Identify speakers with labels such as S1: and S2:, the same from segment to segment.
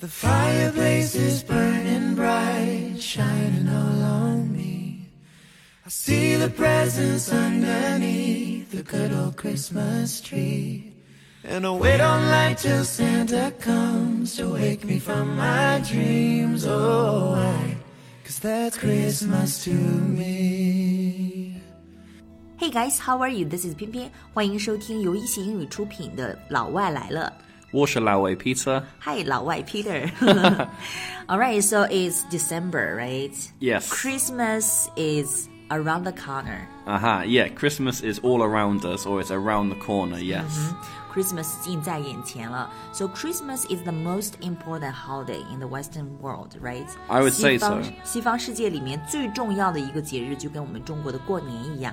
S1: The fireplace is burning bright, shining all on me. I see the presents underneath the good old Christmas tree. And I wait on light till Santa comes to wake me from my dreams. Oh, why? Cause that's Christmas to me.
S2: Hey guys, how are you? This is 偏偏，欢迎收听由一席英语出品的《老外来了》。
S3: 我是老外 Peter.
S2: Hi, 老外 Peter. All right, so it's December, right?
S3: Yes.
S2: Christmas is around the corner.
S3: Aha, yeah, Christmas is all around us, or it's around the corner, yes.
S2: Mm-hmm. Christmas 近在眼前了。So Christmas is the most important holiday in the Western world, right?
S3: I would say
S2: 西方
S3: so.
S2: 西方世界里面最重要的一个节日，就跟我们中国的过年一样。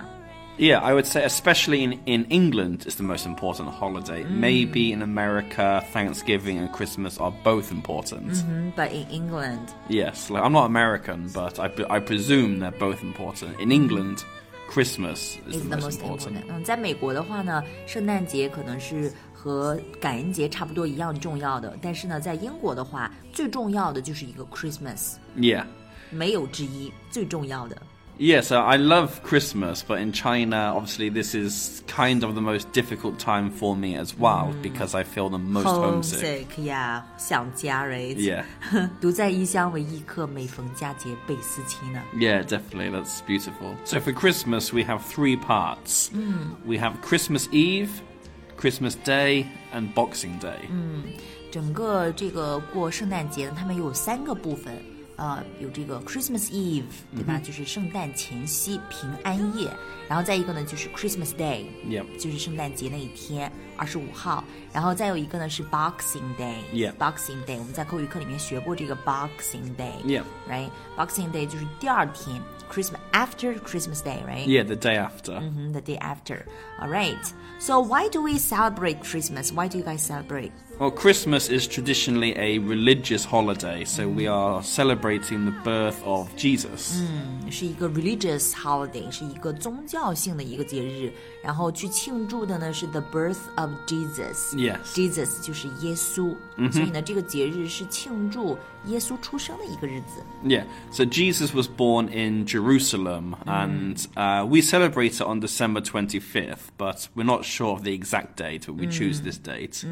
S3: Yeah, I would say, especially in, in England, it's the most important holiday.
S2: Mm.
S3: Maybe in America, Thanksgiving and Christmas are both important.
S2: 嗯，But in England,
S3: Yes, like, I'm not American, but I, pre- I presume they're both important. In England, Christmas is,
S2: is the most important。嗯，在美国的话呢，圣诞节可能是和感恩节差不多一样重要的，但是呢，在英国的话，最重要的就是一个 Christmas，
S3: Yeah.
S2: 没有之一，最重要的。
S3: Yeah, so I love Christmas, but in China, obviously, this is kind of the most difficult time for me as well because I feel the most homesick.
S2: Mm. homesick 呀，想家 right？
S3: Yeah.
S2: 独在异乡为异客，每逢佳节倍思亲呢。
S3: Yeah, definitely. That's beautiful. So for Christmas, we have three parts. We have Christmas Eve, Christmas Day, and Boxing Day.
S2: 整个这个过圣诞节呢，他们有三个部分，呃，有这个 Christmas Eve，对
S3: 嗯
S2: 吧？就是圣诞前夕平安夜，然后再一个呢就是 Christmas Day，
S3: Yep
S2: 就是圣诞节那一天，二十五号，然后再有一个呢是 Boxing
S3: Yep
S2: Day，Boxing Day，我们在口语课里面学过这个 Boxing
S3: Yep
S2: Day，right？Boxing Day 就是第二天，Christmas after Christmas Day，right？
S3: Yeah, the day after.
S2: Mhm, the day after. All right. So why do we celebrate Christmas? Why do you guys celebrate?
S3: Well, Christmas is traditionally a religious holiday, so we are celebrating the birth of Jesus.
S2: 是一个 religious holiday，是一个宗教性的一个节日，然后去庆祝的呢是 the birth of Jesus。
S3: Yes.
S2: Jesus 就是耶稣，所以呢，这个节日是庆祝耶稣出生的一个日子。
S3: Yeah. So Jesus was born in Jerusalem, and uh, we celebrate it on December 25th, but we're not sure of the exact date, but we choose this date.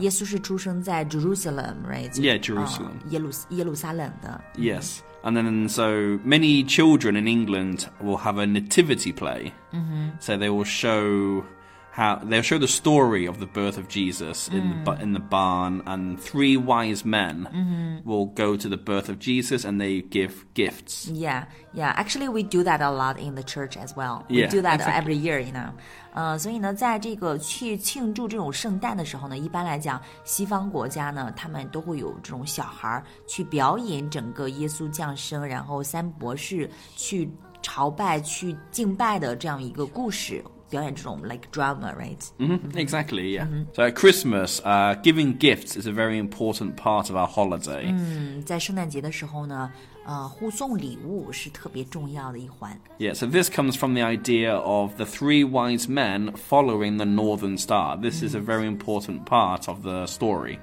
S2: 耶稣是出生在 Jerusalem，right？
S3: Yeah, Jerusalem.
S2: 呃耶路耶路撒冷的。
S3: Yes. And then, so many children in England will have a nativity play. Mm-hmm. So they will show how they'll show the story of the birth of Jesus in the ba- in the barn, and three wise men will go to the birth of Jesus and they give gifts.
S2: Yeah, yeah. Actually, we do that a lot in the church as well. We
S3: Yeah,
S2: do that
S3: exactly.
S2: every year, you know. 呃，所以呢，在这个去庆祝这种圣诞的时候呢，一般来讲，西方国家呢，他们都会有这种小孩儿去表演整个耶稣降生，然后三博士去朝拜、去敬拜的这样一个故事，表演这种 like drama, right?
S3: Mm-hmm. Exactly. Yeah. So at Christmas, uh, giving gifts is a very important part of our holiday.
S2: 嗯在圣诞节的时候呢，呃，互送礼物是特别重要的一环。
S3: Yeah, so this comes from the idea of the three wise men following the northern star. This is a very important part of the story.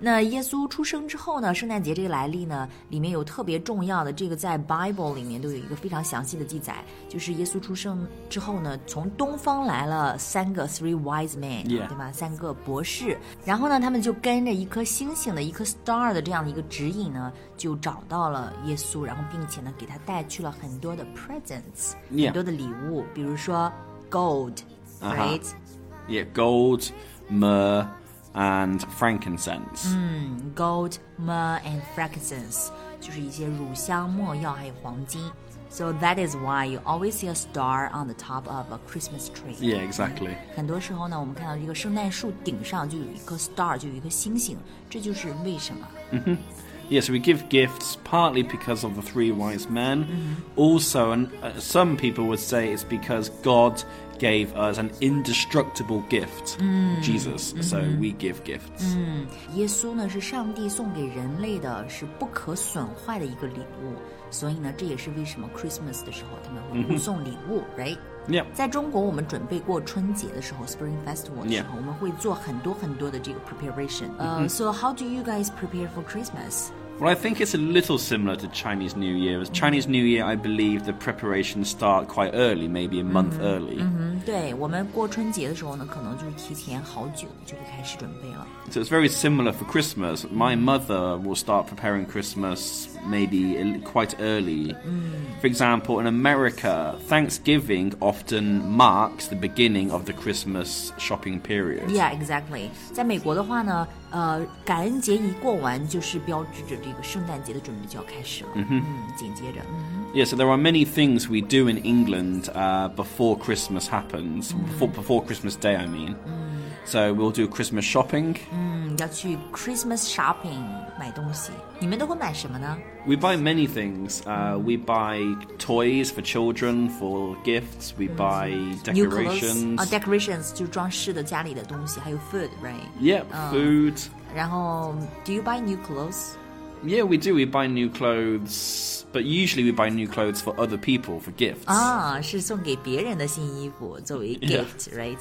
S2: 那耶稣出生之后呢，圣诞节这个来历呢，里面有特别重要的，这个在 Bible 里面都有一个非常详细的记载，就是耶稣出生之后呢，从东方来了三个 three wise men，、
S3: Yeah.
S2: 对吧？三个博士，然后呢，他们就跟着一颗星星的一颗 star 的这样的一个指引呢，就找到了耶稣，然后并且呢，给他带去了很多的 presents，、
S3: Yeah. 啊
S2: 很多的礼物，比如说 gold，right？、
S3: 哈 Yeah, gold, myrrh, and frankincense.
S2: gold, myrrh, and frankincense，就是一些乳香、没药还有黄金。So that is why you always see a star on the top of a Christmas tree.
S3: Yeah, exactly.
S2: 很多时候呢，我们看到一个圣诞树顶上就有一颗 star，就有一颗星星，这就是为什么。
S3: Yeah, so we give gifts partly because of the three wise men. Also, and uh, some people would say it's because God gave us an indestructible gift, Jesus. So we give gifts.
S2: 耶稣呢是上帝送给人类的是不可损坏的一个礼物，所以呢，这也是为什么 Christmas 的时候他们会互送礼物、r i g h t
S3: Yep.
S2: 在中国，我们准备过春节的时候，Spring Festival 的时
S3: Yeah. 嗯
S2: 候我们会做很多很多的这个 preparation。呃、s o how do you guys prepare for Christmas？
S3: Well, I think it's a little similar to Chinese New Year. As Chinese New Year, I believe the preparations start quite early, maybe a month early.
S2: 嗯，对我们过春节的时候呢，可能就是提前好久就开始准备了。
S3: So it's very similar for Christmas. My mother will start preparing Christmas maybe el- quite early. For example, in America, Thanksgiving often marks the beginning of the Christmas shopping period.
S2: Yeah, exactly。在美国的话呢，呃，感恩节一过完，就是标志着这个圣诞节的准备就要开始了。嗯，紧接着，
S3: Yeah, so there are many things we do in England uh, before Christmas happens, before, before Christmas Day, I mean. So we'll do Christmas shopping.
S2: 嗯，要去 Christmas shopping 买东西。你们都会买什么呢？
S3: We buy many things. Uh, we buy toys for children, for gifts. We buy
S2: New clothes
S3: decorations.
S2: 啊、d e c o r a t i o n s 就是装饰的家里的东西，还有 food，right？
S3: Yep, food.
S2: 然后，do you buy new clothes？
S3: Yeah, we do. We buy new clothes, but usually we buy new clothes for other people for gifts.
S2: 啊，是送给别人的新衣服作为
S3: Yeah.
S2: gift，right？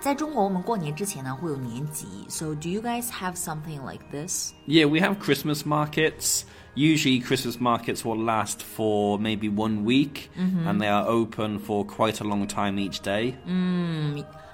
S2: 在中国，我们过年之前呢会有年集，so do you guys have something like this？
S3: Yeah, we have Christmas markets. Usually, Christmas markets will last for maybe one week,
S2: Mm-hmm.
S3: and they are open for quite a long time each day.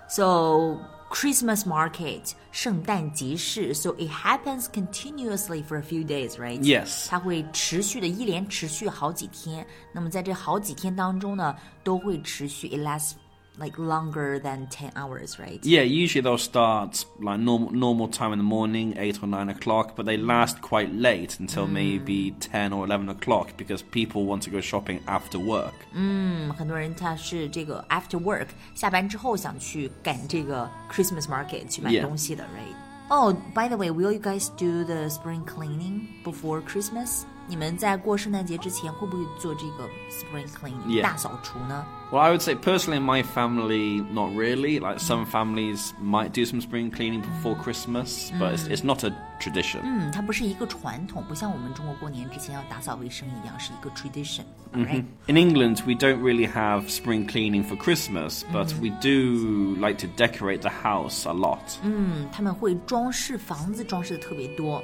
S2: So Christmas market 圣诞集市，so it happens continuously for a few days, right?
S3: Yes.
S2: 它会持续的，一连持续好几天。那么在这好几天当中呢，都会持续，it lasts like longer than ten hours, right?
S3: Yeah, usually they'll start like normal normal time in the morning, eight or nine o'clock, but they last quite late until maybe ten or eleven o'clock because people want to go shopping after work.
S2: 嗯，很多人他是这个 after work 下班之后想去赶这个 Christmas market 去买
S3: Yeah.
S2: 东西的，right? Oh, by the way, will you guys do the spring cleaning before Christmas? 你们在过圣诞节之前会不会做这个 spring cleaning、
S3: Yeah.
S2: 大扫除呢？
S3: Well, I would say personally, in my family, not really. Like some families might do some spring cleaning before Christmas, but it's, it's not a tradition.
S2: 嗯，它不是一个传统，不像我们中国过年之前要打扫卫生一样，是一个 tradition。Right?
S3: 嗯 In England, we don't really have spring cleaning for Christmas, but we do like to decorate the house a lot.
S2: 嗯，他们会装饰房子，装饰的特别多。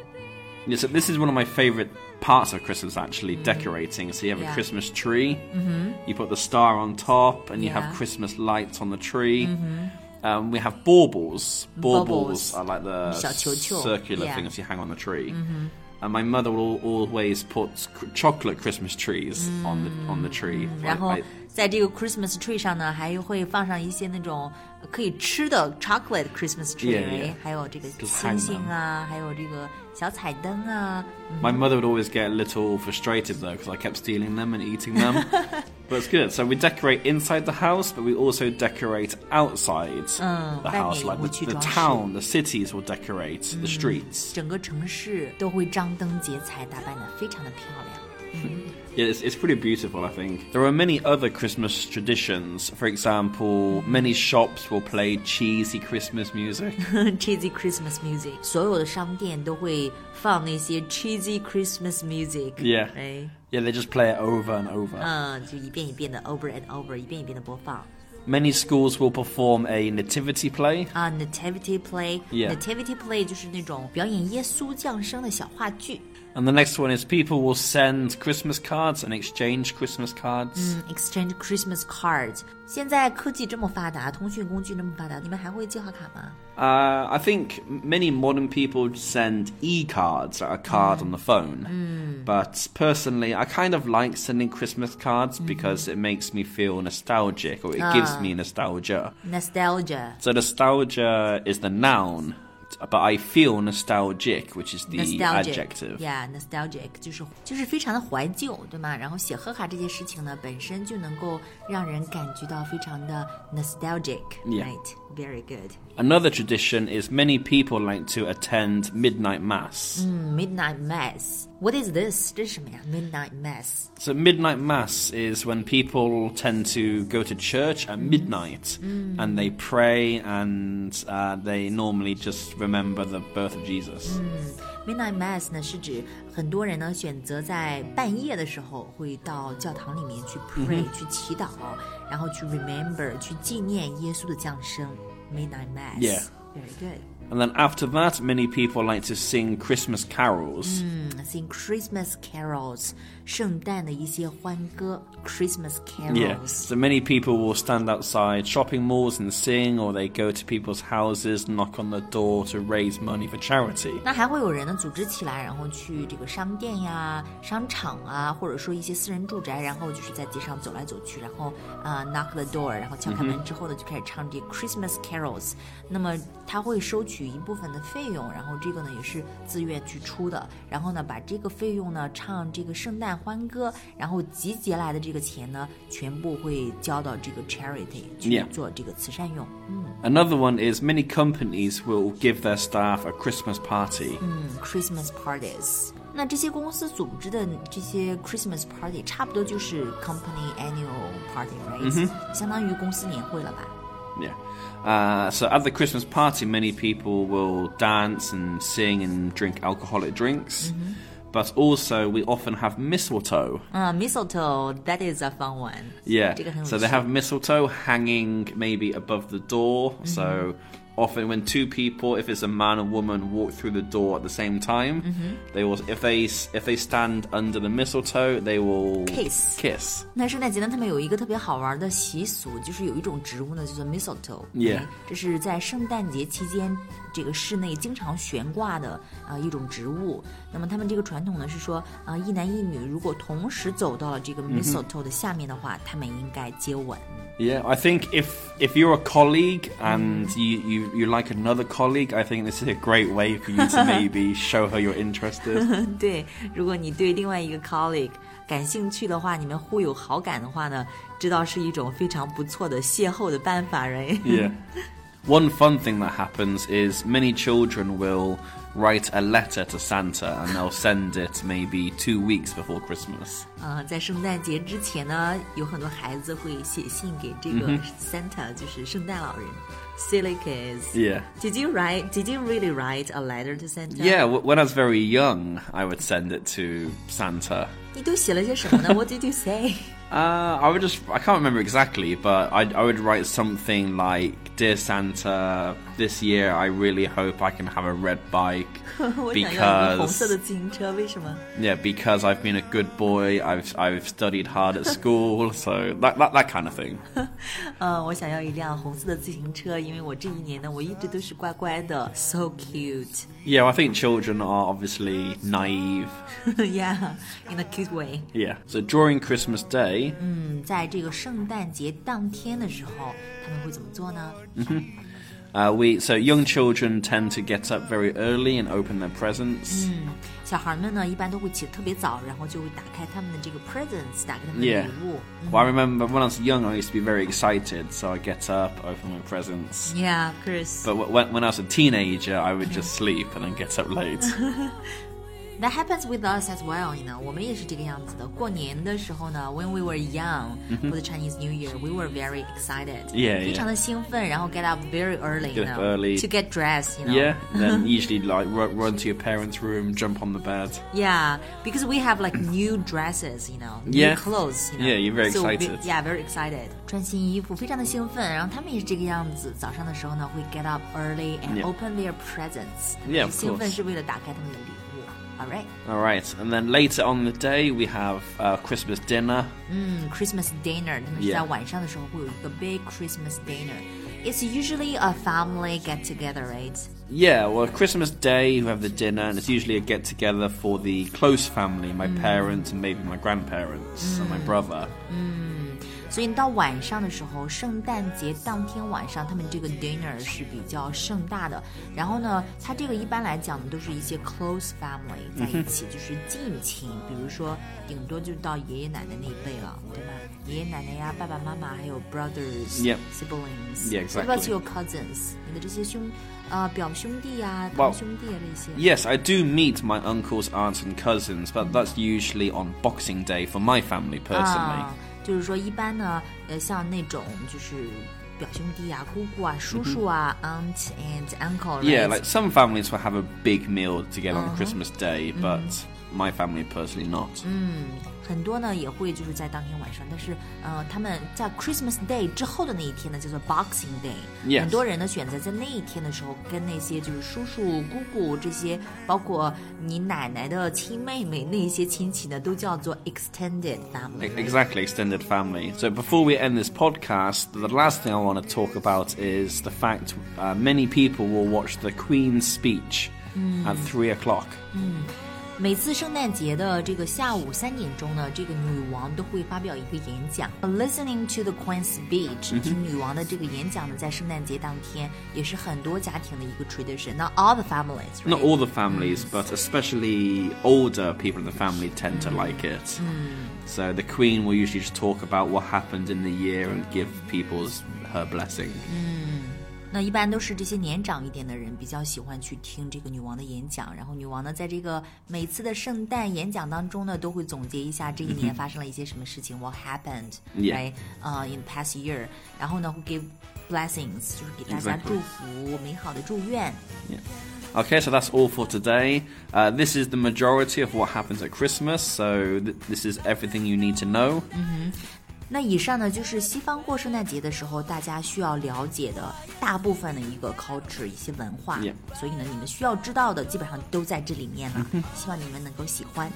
S3: Yeah, so this is one of my favorite parts of Christmas actually decorating. So you have
S2: Mm. Yeah. Mm-hmm.
S3: a Christmas tree, you put the star on top, and you
S2: Yeah. Mm-hmm.
S3: have Christmas lights on the tree. Um, we have baubles. Baubles,
S2: Baubles.
S3: are like the
S2: 小球球.
S3: circular
S2: Yeah. Mm-hmm.
S3: things you hang on the tree. And my mother will al- always put cr- chocolate Christmas trees on the on the tree.
S2: 然
S3: Like-
S2: 后
S3: like-
S2: 在这个 Christmas tree 上呢，还会放上一些那种可以吃的 chocolate Christmas tree，、哎
S3: Yeah, yeah.
S2: 还有这个
S3: 就是
S2: 星星
S3: hang
S2: 啊，还有这个小彩灯啊。
S3: my mother would always get a little frustrated though because I kept stealing them and eating them. but it's good. So we decorate inside the house, but we also decorate outside the house, like
S2: 外面也会
S3: the, the
S2: 去装饰。
S3: town, the cities will decorate the streets.
S2: 整个城市都会张灯结彩，打扮的非常的漂亮。
S3: Yeah, it's, it's pretty beautiful, I think. There are many other Christmas traditions. For example, many shops will play cheesy Christmas music.
S2: cheesy Christmas music，所有的商店都会放那些 cheesy Christmas music。
S3: Yeah.
S2: 哎，
S3: yeah, they just play it over and over.
S2: 嗯，就一遍一遍的 over and over，一遍一遍的播放。
S3: Many schools will perform a nativity play.
S2: 啊、n a t i v i t y
S3: Yeah.
S2: play，nativity play 就是那种表演耶稣降生的小话剧。
S3: And the next one is people will send Christmas cards and exchange Christmas
S2: Mm.
S3: cards.
S2: Exchange Christmas cards。现在科技这么发达，通讯工具那么发达，你们还会计划卡吗？
S3: Uh, I think m- many modern people send e cards, like a card on the phone. But personally, I kind of like sending Christmas cards because it makes me feel nostalgic or it gives me nostalgia.
S2: Nostalgia。
S3: So, nostalgia is the noun, t- but I feel nostalgic, which is the adjective.
S2: Nostalgic，yeah，nostalgic 就是就是非常的怀旧，对吗？然后写贺卡这件事情呢，本身就能够让人感觉到非常的 nostalgic，right？、
S3: Yeah
S2: Very good.
S3: Another tradition is many people like to attend midnight mass.
S2: Mm, midnight mass. What is this? 这是什么呀？Midnight mass.
S3: So midnight mass is when people tend to go to church at midnight and they pray and uh, they normally just remember the birth of Jesus.
S2: Midnight mass 呢，是指很多人呢选择在半夜的时候会到教堂里面去
S3: 嗯
S2: pray、去祈祷，然后去 remember 去纪念耶稣的降生。Midnight mass.
S3: Yeah.
S2: Very good.
S3: And then after that, many people like to sing Christmas carols.
S2: Mm. 嗯 Sing Christmas carols，圣诞的一些欢歌。Christmas carols.
S3: Yeah. So many people will stand outside shopping malls and sing, or they go to people's houses, knock on the door to raise money for charity.
S2: 那还会有人呢组织起来，然后去这个商店呀、商场啊，或者说一些私人住宅，然后就是在街上走来走去，然后啊、呃 knock the door，然后敲开门之后呢，就开始唱这 Christmas carols。那么他会收取一部分的费用，然后这个呢也是自愿去出的，然后呢把这个费用呢唱这个圣诞欢歌，然后集结来的这个钱呢，全部会交到这个 charity 去
S3: Yeah.
S2: 做这个慈善用。
S3: Another one is many companies will give their staff a Christmas party.
S2: Christmas parties。那这些公司组织的这些 Christmas party，差不多就是 company annual party，right？、相当于公司年会了吧？
S3: Yeah. Uh, so at the Christmas party, many people will dance and sing and drink alcoholic drinks. But also, we often have mistletoe.
S2: 嗯、m i s t l e t o e that is a fun one。
S3: Ah, Yeah.
S2: 这个很有
S3: So
S2: 趣
S3: they have mistletoe Mm-hmm. hanging maybe above the door. So often, when two people, if it's a man and woman, walk through the door at the same time, they will. If they s- if they stand under the mistletoe, they will
S2: Kiss.
S3: Kiss.
S2: 那圣诞节呢，他们有一个特别好玩的习俗，就是有一种植物呢，叫做 mistletoe。
S3: Yeah.
S2: 哎这是在圣诞节期间这个室内经常悬挂的啊、一种植物。那么他们这个传统呢是说啊、一男一女如果同时走到了这个 mistletoe 的下面的话，他们应该接吻。
S3: Yeah, I think if if you're a colleague and you, you, you like another colleague, I think this is a great way for you to maybe show her you're interested.
S2: 对，如果你对另外一个 colleague 感兴趣的话，你们互有好感的话呢，知道是一种非常不错的邂逅的办法，right？
S3: Yeah. One fun thing that happens is many children will write a letter to Santa and they'll send it maybe two weeks before Christmas.
S2: 啊、在圣诞节之前呢，有很多孩子会写信给这
S3: 嗯
S2: 个 Santa，、就是圣诞老人，silly kids。
S3: Yeah.
S2: Did you write? Did you really write a letter to Santa?
S3: Yeah, w- when I was very young, I would send it to Santa.
S2: 你都写了些什么呢？What did you say?
S3: Uh, I would just, I can't remember exactly, but I, I would write something like Dear Santa, this year I really hope I can have a red bike.
S2: 我想要一个红色的
S3: because,
S2: 自行车，为什么？
S3: yeah, because I've been a good boy, I've, I've studied hard at school, so that, that, that kind of thing.
S2: 呃，我想要一辆红色的自行车，因为我这一年呢，我一直都是乖乖的，so cute。
S3: Yeah, I think children are obviously naive.
S2: yeah, in a cute way.
S3: Yeah. So during Christmas Day,
S2: 嗯，在这个圣诞节当天的时候，他们会怎么做呢？
S3: uh, we, so young children tend to get up very early and open their presents.
S2: 小孩们呢，一般都会起得特别早，然后就会打开他们的这个 presents，打开他们的
S3: Yeah.
S2: 礼物。
S3: Well, I remember when I was young, I used to be very excited, so I'd get up, open my presents.
S2: Yeah, Chris.
S3: But wh- when, when I was a teenager, I would just sleep and then get up late.
S2: That happens with us as well. You know，我们也是这个样子的。过年的时候呢，When we were young for the Chinese New Year, we were very excited.
S3: Mm-hmm. Yeah,
S2: 非常的兴奋，然后 get up very early. you
S3: Get up
S2: know,
S3: early.
S2: to get dressed. You know.
S3: yeah, and then usually like ru- run to your parents' room, jump on the bed.
S2: Yeah, because we have like new dresses, you know, new
S3: Yeah.
S2: clothes. You know,
S3: Yeah, you're very
S2: So we-
S3: excited.
S2: yeah, very excited. 穿新衣服，非常的兴奋。然后他们也是这个样子，早上的时候呢，会 get up early and
S3: Yeah.
S2: open their presents.
S3: Yeah, of
S2: 兴奋
S3: course.
S2: 是为了打开他们的礼物。All right,
S3: All right, and then later on the day, we have uh, Christmas dinner.
S2: 嗯，Christmas dinner，他们是
S3: Yeah.
S2: 在晚上的时候会有一个 big Christmas dinner. It's usually a family get together, right?
S3: Yeah, well, Christmas Day, we have the dinner, and it's usually a get together for the close family my parents and maybe my grandparents and my brother.
S2: 所以到晚上的时候，圣诞节当天晚上，他们这个 dinner 是比较盛大的。然后呢，它这个一般来讲呢，都是一些 close family 在一起，就是近亲，比如说顶多就到爷爷奶奶那一辈了，对吧？爷爷奶奶呀，爸爸妈妈，还有 brothers、
S3: Yep.
S2: siblings。
S3: Yeah,
S2: What about
S3: exactly.
S2: your cousins？你的这些兄啊、表兄弟呀、
S3: Well,
S2: 堂兄弟啊这些。
S3: Yes, I do meet my uncles, aunts, and cousins, but that's usually on Boxing Day for my family personally.
S2: 啊，就是说一般呢，呃，像那种就是表兄弟啊、姑姑啊、叔叔啊、aunt and uncle，、right?
S3: 嗯 Yeah, like some families will have a big meal together on Christmas Day, but my family personally not.
S2: 很多呢也会就是在当天晚上，但是呃，他们在 Christmas Day 之后的那一天呢，叫做 Boxing Day。
S3: Yes
S2: 很多人呢选择在那一天的时候，跟那些就是叔叔、姑姑这些，包括你奶奶的亲妹妹那一些亲戚呢，都叫做 extended family。
S3: E- Exactly, extended family. So before we end this podcast, the last thing I want to talk about is the fact uh, many people will watch the Queen's speech at three o'clock.
S2: 每次圣诞节的这个下午三点钟呢，这个女王都会发表一个演讲。Listening to the Queen's speech，听女王的这个演讲呢，在圣诞节当天也是很多家庭的一个 tradition。Not all the families，right？
S3: Not all the families, but especially older people in the family tend to like it. So the Queen will usually just talk about what happened in the year and give people's her blessing.
S2: 那一般都是这些年长一点的人比较喜欢去听这个女王的演讲，然后女王呢，在这个每次的圣诞演讲当中呢，都会总结一下这一年发生了一些什么事情，What happened,
S3: Yeah.
S2: right? 呃、i n the past year，然后呢，会给 blessings，就是给大家
S3: Exactly.
S2: 祝福，美好的祝愿。
S3: Yeah. Okay, so that's all for today. Uh, this is the majority of what happens at Christmas, so th- this is everything you need to know.
S2: 那以上呢，就是西方过圣诞节的时候，大家需要了解的大部分的一个 culture 一些文化。
S3: Yeah.
S2: 所以呢，你们需要知道的基本上都在这里面了。希望你们能够喜欢。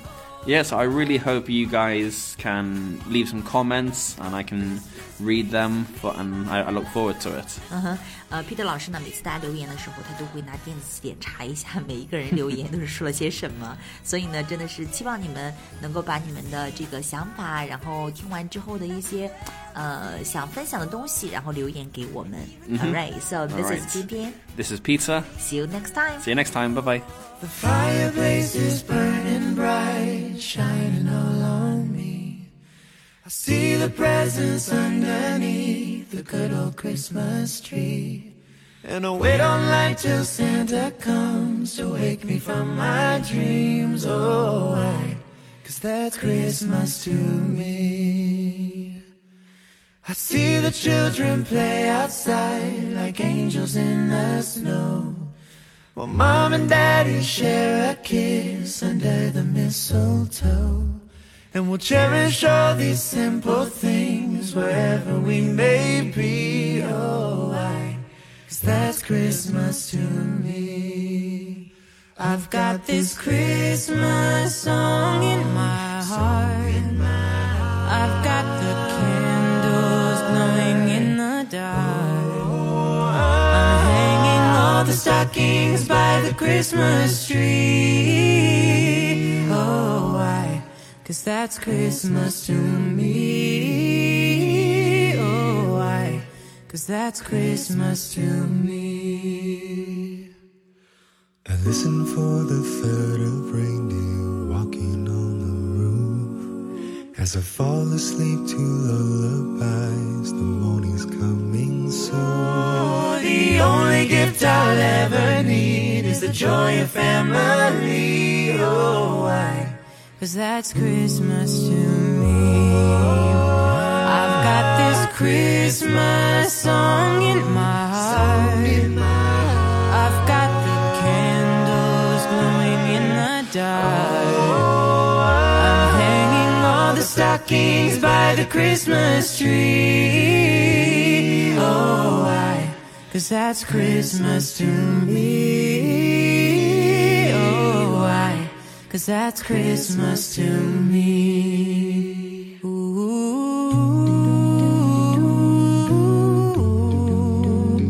S3: Yeah, so I really hope you guys can leave some comments and I can read them, but, and I, I look forward to it.
S2: 嗯哼，呃，Peter 老师呢，每次大家留言的时候，他都会拿电子词典查一下每一个人留言都是说了些什么。 所以呢，真的是期望你们能够把你们的这个想法，然后听完之后的一些，呃，想分享的东西，然后留言给我们。All right, so this
S3: Alright.
S2: is 今天
S3: This is Peter.
S2: See you next time.
S3: See you next time. Bye bye.
S1: The fireplace is burning bright, shining all on me. I see the presents underneath the good old Christmas tree. And I wait on light till Santa comes to wake me from my dreams. Oh, why? Cause that's Christmas to me. I see the children play outside like angels in the snow. Well, mom and daddy share a kiss under the mistletoe. And we'll cherish all these simple things wherever we may be. Oh, I, cause that's Christmas to me. I've got this Christmas song in my heart. I've got the candles glowing in the dark. I'm hanging all the stockings by the Christmas tree. Oh, why? Cause that's Christmas to me. Oh, why? Cause that's Christmas to me.
S4: I listen for the third of reindeer walking on the roof. As I fall asleep to lullabies, the morning's coming soon.
S1: Oh, the only gift I'll ever need is the joy of family. Oh, why? Cause that's Christmas to me. I've got this Christmas song in my heart. I've got the candles glowing in the dark. I'm hanging all the stockings by the Christmas tree. Oh, I, cause that's Christmas to me. Oh, I, cause that's Christmas to me. Ooh.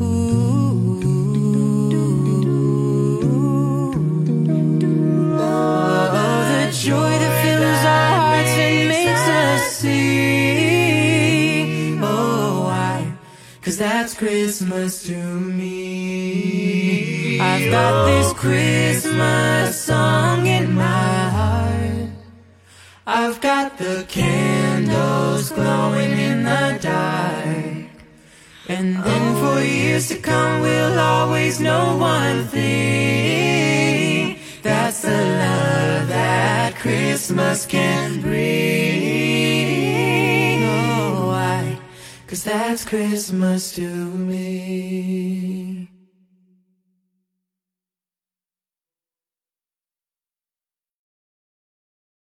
S1: Oh, the joy that fills our hearts and makes us see. Oh, Cause that's Christmas to me. I've got this Christmas song in my heart. I've got the candles glowing in the dark. And then for years to come, we'll always know one thing. That's the love that Christmas can bring. Oh, why? Cause that's Christmas to me.